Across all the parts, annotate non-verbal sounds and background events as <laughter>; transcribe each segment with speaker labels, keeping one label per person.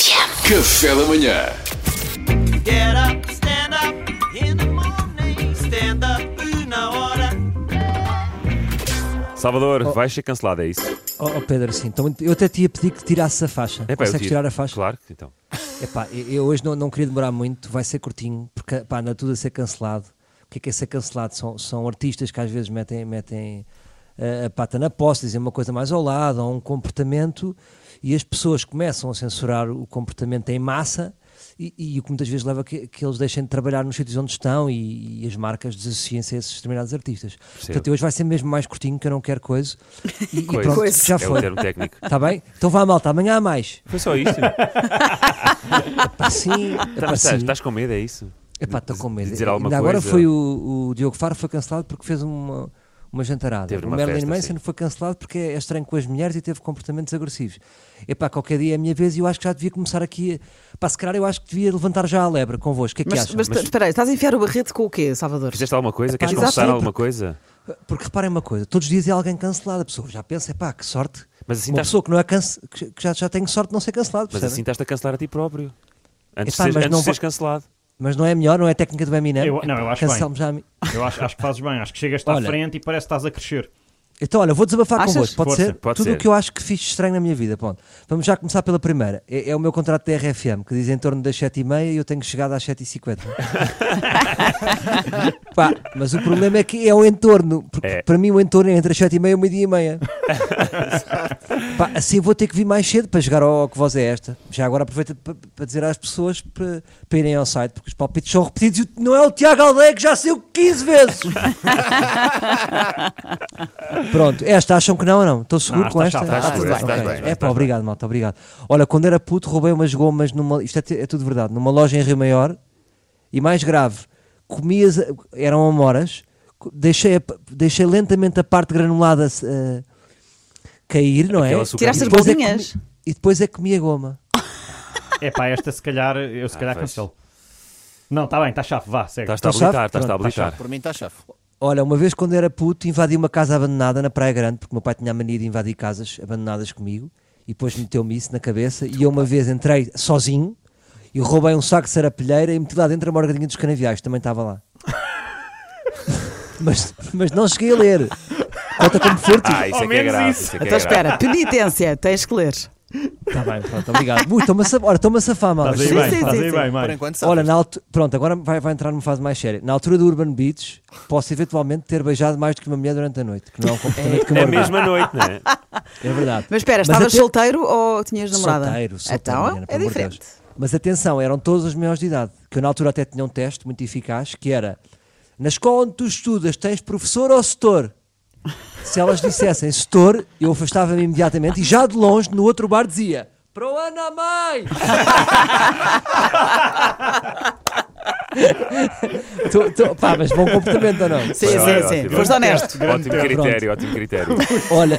Speaker 1: Café da manhã.
Speaker 2: Get up, stand up in the morning. Stand up na hora.
Speaker 3: Salvador, vais ser cancelado, é isso?
Speaker 4: Oh, oh, Pedro, sim, então, eu até te ia pedir que tirasse a faixa.
Speaker 3: É, pá, eu
Speaker 4: Consegues
Speaker 3: tiro.
Speaker 4: tirar a faixa?
Speaker 3: Claro, que então.
Speaker 4: Epá, eu eu hoje não, não queria demorar muito, vai ser curtinho, porque pá, anda tudo a ser cancelado. O que é que é ser cancelado? São, são artistas que às vezes metem, metem eh, a pata na posse, dizem uma coisa mais ao lado, ou um comportamento, e as pessoas começam a censurar o comportamento em massa, e, e o que muitas vezes leva a que, que eles deixem de trabalhar nos sítios onde estão e, e as marcas desassociem-se a esses determinados artistas. Portanto, hoje vai ser mesmo mais curtinho, que eu não quero coisa, e, e
Speaker 3: Coisa.
Speaker 4: pronto, já
Speaker 3: É o
Speaker 4: foi.
Speaker 3: termo técnico.
Speaker 4: Está bem? Então vá, malta, amanhã há mais.
Speaker 3: Foi só isso.
Speaker 4: <laughs> Epá, sim,
Speaker 3: <laughs>
Speaker 4: epá,
Speaker 3: Estás, estás,
Speaker 4: sim.
Speaker 3: estás com medo, é isso?
Speaker 4: Epá, estou com medo.
Speaker 3: de dizer alguma
Speaker 4: Ainda agora
Speaker 3: coisa.
Speaker 4: foi o, o Diogo Faro foi cancelado porque fez uma, uma jantarada.
Speaker 3: Teve
Speaker 4: o
Speaker 3: uma
Speaker 4: Merlin
Speaker 3: festa,
Speaker 4: Manson
Speaker 3: sim.
Speaker 4: foi cancelado porque é estranho com as mulheres e teve comportamentos agressivos. Epá, qualquer dia é a minha vez e eu acho que já devia começar aqui. a- Pá, se calhar eu acho que devia levantar já a lebra convosco. O que é que
Speaker 5: Mas,
Speaker 4: acham? é,
Speaker 5: mas, espera aí, estás a enfiar o barrete com o quê, Salvador?
Speaker 3: Fizeste alguma coisa? Queres
Speaker 5: Exato.
Speaker 3: confessar
Speaker 5: Sim,
Speaker 3: alguma coisa?
Speaker 4: Porque reparem uma coisa, todos os dias é alguém cancelado. A pessoa já pensa, epá, que sorte.
Speaker 3: Mas assim
Speaker 4: uma
Speaker 3: estás-
Speaker 4: pessoa que, não é cance... que já, já tem sorte de não ser cancelado,
Speaker 3: Mas
Speaker 4: percebem?
Speaker 3: assim estás-te a cancelar a ti próprio. Antes
Speaker 4: Epá,
Speaker 3: de seres,
Speaker 4: mas
Speaker 3: antes
Speaker 4: não
Speaker 3: de seres
Speaker 4: vai-
Speaker 3: cancelado.
Speaker 4: Mas não é melhor, não é técnica do Eminem?
Speaker 6: Eu- não, eu acho
Speaker 4: Cancelo-me
Speaker 6: bem.
Speaker 4: já a mim.
Speaker 6: Eu acho, acho que fazes bem, acho que chegas-te
Speaker 4: Olha.
Speaker 6: à frente e parece que estás a crescer.
Speaker 4: Então, olha, vou desabafar
Speaker 5: Achas?
Speaker 4: convosco. Pode
Speaker 6: Força,
Speaker 4: ser?
Speaker 3: pode
Speaker 4: Tudo
Speaker 3: ser.
Speaker 4: o que eu acho que fiz de estranho na minha vida. Pronto. Vamos já começar pela primeira. É, é o meu contrato da RFM, que diz em torno das 7h30 e eu tenho chegado
Speaker 3: <laughs>
Speaker 4: às 7h50. Pá, mas o problema é que é o entorno. Porque
Speaker 3: É.
Speaker 4: para mim o entorno é entre as 7h30 e o meio-dia e meia. Pá, assim vou ter que vir mais cedo para chegar ao, ao que voz é esta. Já agora aproveito pa- para, dizer às pessoas para, para irem ao site, porque os palpites são repetidos e o- não é o Tiago Aldeia que já saiu 15 vezes. Pronto, esta acham que não ou não? Estou seguro
Speaker 6: Não,
Speaker 4: com esta?
Speaker 6: está- está-
Speaker 4: Ah, tudo
Speaker 3: está-
Speaker 4: bem,
Speaker 3: está-
Speaker 4: ok.
Speaker 3: está- está-
Speaker 4: É
Speaker 3: está-
Speaker 4: pá, obrigado, malta, obrigado. Olha, quando era puto, roubei umas gomas numa. Isto é, te- é tudo verdade. Numa loja em Rio Maior e mais grave, comias. Eram amoras, co- deixei, a p- deixei lentamente a parte granulada eh, cair, não é?
Speaker 3: Aquele açúcar
Speaker 5: Tiraste
Speaker 4: E
Speaker 5: as
Speaker 4: depois é que
Speaker 5: bolinhas?
Speaker 4: comi- E depois é que comi a goma.
Speaker 6: É pá, esta se calhar, eu se calhar
Speaker 7: Ah,
Speaker 3: pois.
Speaker 6: cancelo. Não, está bem, está chave, vá, segue.
Speaker 3: Estás-te a
Speaker 4: Então,
Speaker 3: habilitar,
Speaker 4: sabe?
Speaker 3: estás-te a
Speaker 4: Pronto,
Speaker 3: habilitar.
Speaker 7: Por mim está chave.
Speaker 4: Olha, uma vez quando era puto, invadi uma casa abandonada na Praia Grande, porque o meu pai tinha a mania de invadir casas abandonadas comigo, e depois meteu-me isso na cabeça, e eu uma vez entrei sozinho, e roubei um saco de sarapilheira e meti lá dentro a morgadinha dos canaviais, também estava lá. mas, mas não cheguei a ler. Conta como tipo, furto.
Speaker 3: Ah, isso é que é
Speaker 6: menos
Speaker 3: grave.
Speaker 6: isso.
Speaker 3: Isso é que é
Speaker 5: Então
Speaker 3: grave.
Speaker 5: espera, penitência, tens que ler.
Speaker 4: Está Tá bem, pronto, obrigado. Ui, estou-me a safar, ora, estou-me a safar, mal.
Speaker 6: Estás aí
Speaker 5: Sim,
Speaker 6: bem,
Speaker 5: sim,
Speaker 6: estás
Speaker 5: sim,
Speaker 6: aí
Speaker 5: sim.
Speaker 6: bem,
Speaker 7: Por
Speaker 6: mãe.
Speaker 7: enquanto
Speaker 4: Olha,
Speaker 7: sabes.
Speaker 4: na altu- pronto, agora vai, vai entrar numa fase mais séria. Na altura do Urban Beach, posso eventualmente ter beijado mais do que uma mulher durante a noite, que não é um comportamento que eu me
Speaker 3: É a
Speaker 4: orgulho.
Speaker 3: mesma noite, não é?
Speaker 4: É verdade.
Speaker 5: Mas espera, estavas
Speaker 4: até-
Speaker 5: solteiro ou tinhas namorada?
Speaker 4: Solteiro, solteiro,
Speaker 5: Então,
Speaker 4: Mariana, pelo
Speaker 5: é
Speaker 4: amor de Deus.
Speaker 5: diferente.
Speaker 4: Mas atenção, eram todos os maiores de idade, que eu na altura até tinha um teste muito eficaz, que era, na escola onde tu estudas, tens professor ou setor? Se elas dissessem setor, eu afastava-me imediatamente e já de longe, no outro bar, dizia, para o Ana Mãe!
Speaker 5: <laughs>
Speaker 4: Tô- tô- pá, mas bom comportamento ou não?
Speaker 5: <laughs> Sim,
Speaker 3: Olha,
Speaker 5: sim, sim.
Speaker 3: ótimo,
Speaker 5: Foste
Speaker 3: ótimo.
Speaker 5: honesto.
Speaker 3: Ótimo critério, ótimo
Speaker 5: <laughs>
Speaker 3: critério.
Speaker 4: Olha,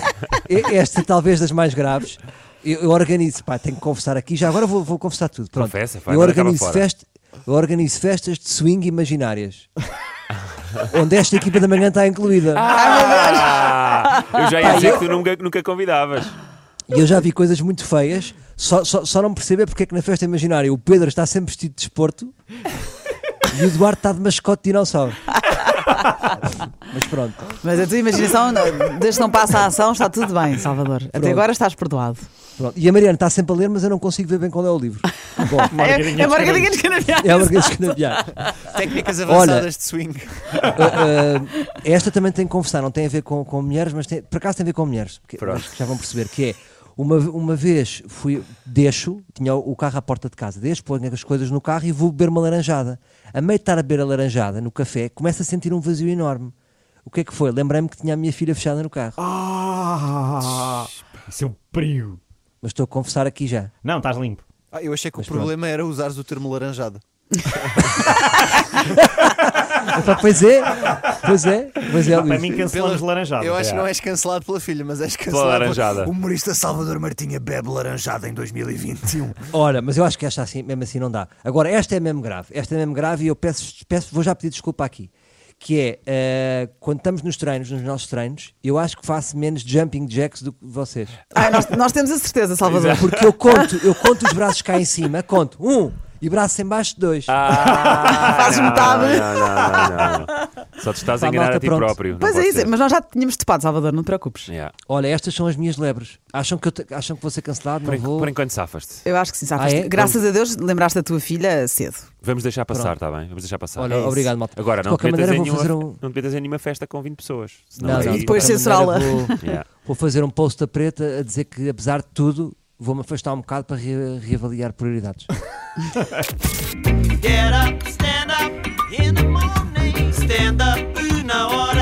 Speaker 4: <laughs> e- esta talvez das mais graves. Eu, eu organizo, pá, tenho que confessar aqui, já agora vou, vou confessar tudo. Pronto.
Speaker 3: Confessa, vai,
Speaker 4: eu,
Speaker 3: agora acaba
Speaker 4: organizo
Speaker 3: fora.
Speaker 4: fest- eu organizo festas de swing imaginárias. <laughs> onde esta equipa da manhã está incluída.
Speaker 3: Ah, eu já ia
Speaker 4: Pá,
Speaker 3: dizer
Speaker 4: eu-
Speaker 3: que tu nunca, nunca
Speaker 5: <laughs>
Speaker 3: convidavas.
Speaker 4: E eu já vi coisas muito feias, só, só, só não percebo é porque é que na festa imaginária o Pedro está sempre vestido de desporto <laughs> e o Duarte está de mascote de
Speaker 3: <laughs>
Speaker 4: dinossauro. Mas pronto.
Speaker 5: Mas a tua imaginação, desde que não passa a ação, está tudo bem, Salvador. Até
Speaker 4: Pronto.
Speaker 5: agora estás perdoado.
Speaker 4: pronto. E a Mariana está sempre a ler, mas eu não consigo ver bem qual é o livro. Bom,
Speaker 5: É, é Margarida Escanavial.
Speaker 4: <laughs> é a organização de viagem.
Speaker 7: <laughs> Técnicas
Speaker 4: Olha.
Speaker 7: avançadas de swing.
Speaker 4: Uh, uh, esta também tem que confessar, não tem a ver com, com mulheres, mas tem- por acaso tem a ver com mulheres, porque
Speaker 3: Pronto.
Speaker 4: acho que já vão perceber que é. Uma, uma vez fui, deixo, tinha o carro à porta de casa, deixo, ponho as coisas no carro e vou beber uma laranjada. A meio de estar a beber a laranjada no café, começo a sentir um vazio enorme. O que é que foi? Lembrei-me que tinha a minha filha fechada no carro.
Speaker 7: Ah.
Speaker 6: Isso é um perigo.
Speaker 4: Mas estou a confessar aqui já.
Speaker 6: Não, estás limpo.
Speaker 7: Ah, eu achei que o problema era usares o termo laranjada.
Speaker 4: Epá, pois é, pois é, pois é,
Speaker 6: Para
Speaker 4: Luís.
Speaker 6: mim cancelamos
Speaker 7: Pela-
Speaker 6: laranjada.
Speaker 7: Eu acho
Speaker 3: é.
Speaker 7: que não és cancelado pela filha, mas és cancelado
Speaker 3: laranjada.
Speaker 7: O humorista Salvador Martinha bebe laranjada em 2021.
Speaker 4: Ora, mas eu acho que esta assim, mesmo assim não dá. Agora, esta é mesmo grave. Esta é mesmo grave e eu peço, peço vou já pedir desculpa aqui. que é eh, quando estamos nos treinos, nos nossos treinos, eu acho que faço menos jumping jacks do que vocês.
Speaker 5: Ai, Ah, nós, nós temos a certeza, Salvador.
Speaker 4: Porque eu conto, eu conto os braços cá em cima, conto um e braço em baixo dois.
Speaker 3: Ah,
Speaker 5: Fazes
Speaker 3: não,
Speaker 5: metade.
Speaker 3: Não, não, não, não. Só te estás a
Speaker 4: Pá,
Speaker 3: enganar
Speaker 4: malta,
Speaker 3: a ti
Speaker 4: pronto.
Speaker 3: próprio. não
Speaker 5: Pois é
Speaker 3: pode
Speaker 5: isso,
Speaker 3: ser.
Speaker 5: mas nós já te tínhamos topado, Salvador, não te preocupes.
Speaker 3: Yeah.
Speaker 4: Olha, estas são as minhas lebres. Acham que, eu te- acham que vou ser cancelado?
Speaker 3: Por,
Speaker 4: Não
Speaker 3: en-
Speaker 4: vou.
Speaker 3: por enquanto safas-te.
Speaker 5: Eu acho que sim,
Speaker 4: Ah,
Speaker 5: sabes.
Speaker 4: é?
Speaker 5: Graças a Deus lembraste da tua filha cedo.
Speaker 3: Vamos deixar passar, está bem? Vamos deixar passar.
Speaker 4: Olha,
Speaker 5: É isso.
Speaker 4: obrigado, malta.
Speaker 3: Agora,
Speaker 4: de
Speaker 3: não te,
Speaker 4: qualquer
Speaker 3: metas
Speaker 4: maneira,
Speaker 3: em
Speaker 4: vou
Speaker 3: nenhuma,
Speaker 4: fazer um.
Speaker 3: não te metas em nenhuma festa com 20 pessoas. senão
Speaker 4: Não,
Speaker 3: aí-
Speaker 4: não, de
Speaker 5: Depois
Speaker 4: qualquer
Speaker 5: censurá-la.
Speaker 4: maneira Vou,
Speaker 3: Yeah.
Speaker 4: vou fazer um post a preta a dizer que, apesar de tudo, vou-me afastar um bocado para re- reavaliar prioridades.
Speaker 2: Get up, stand up in the morning, stand up, una hora.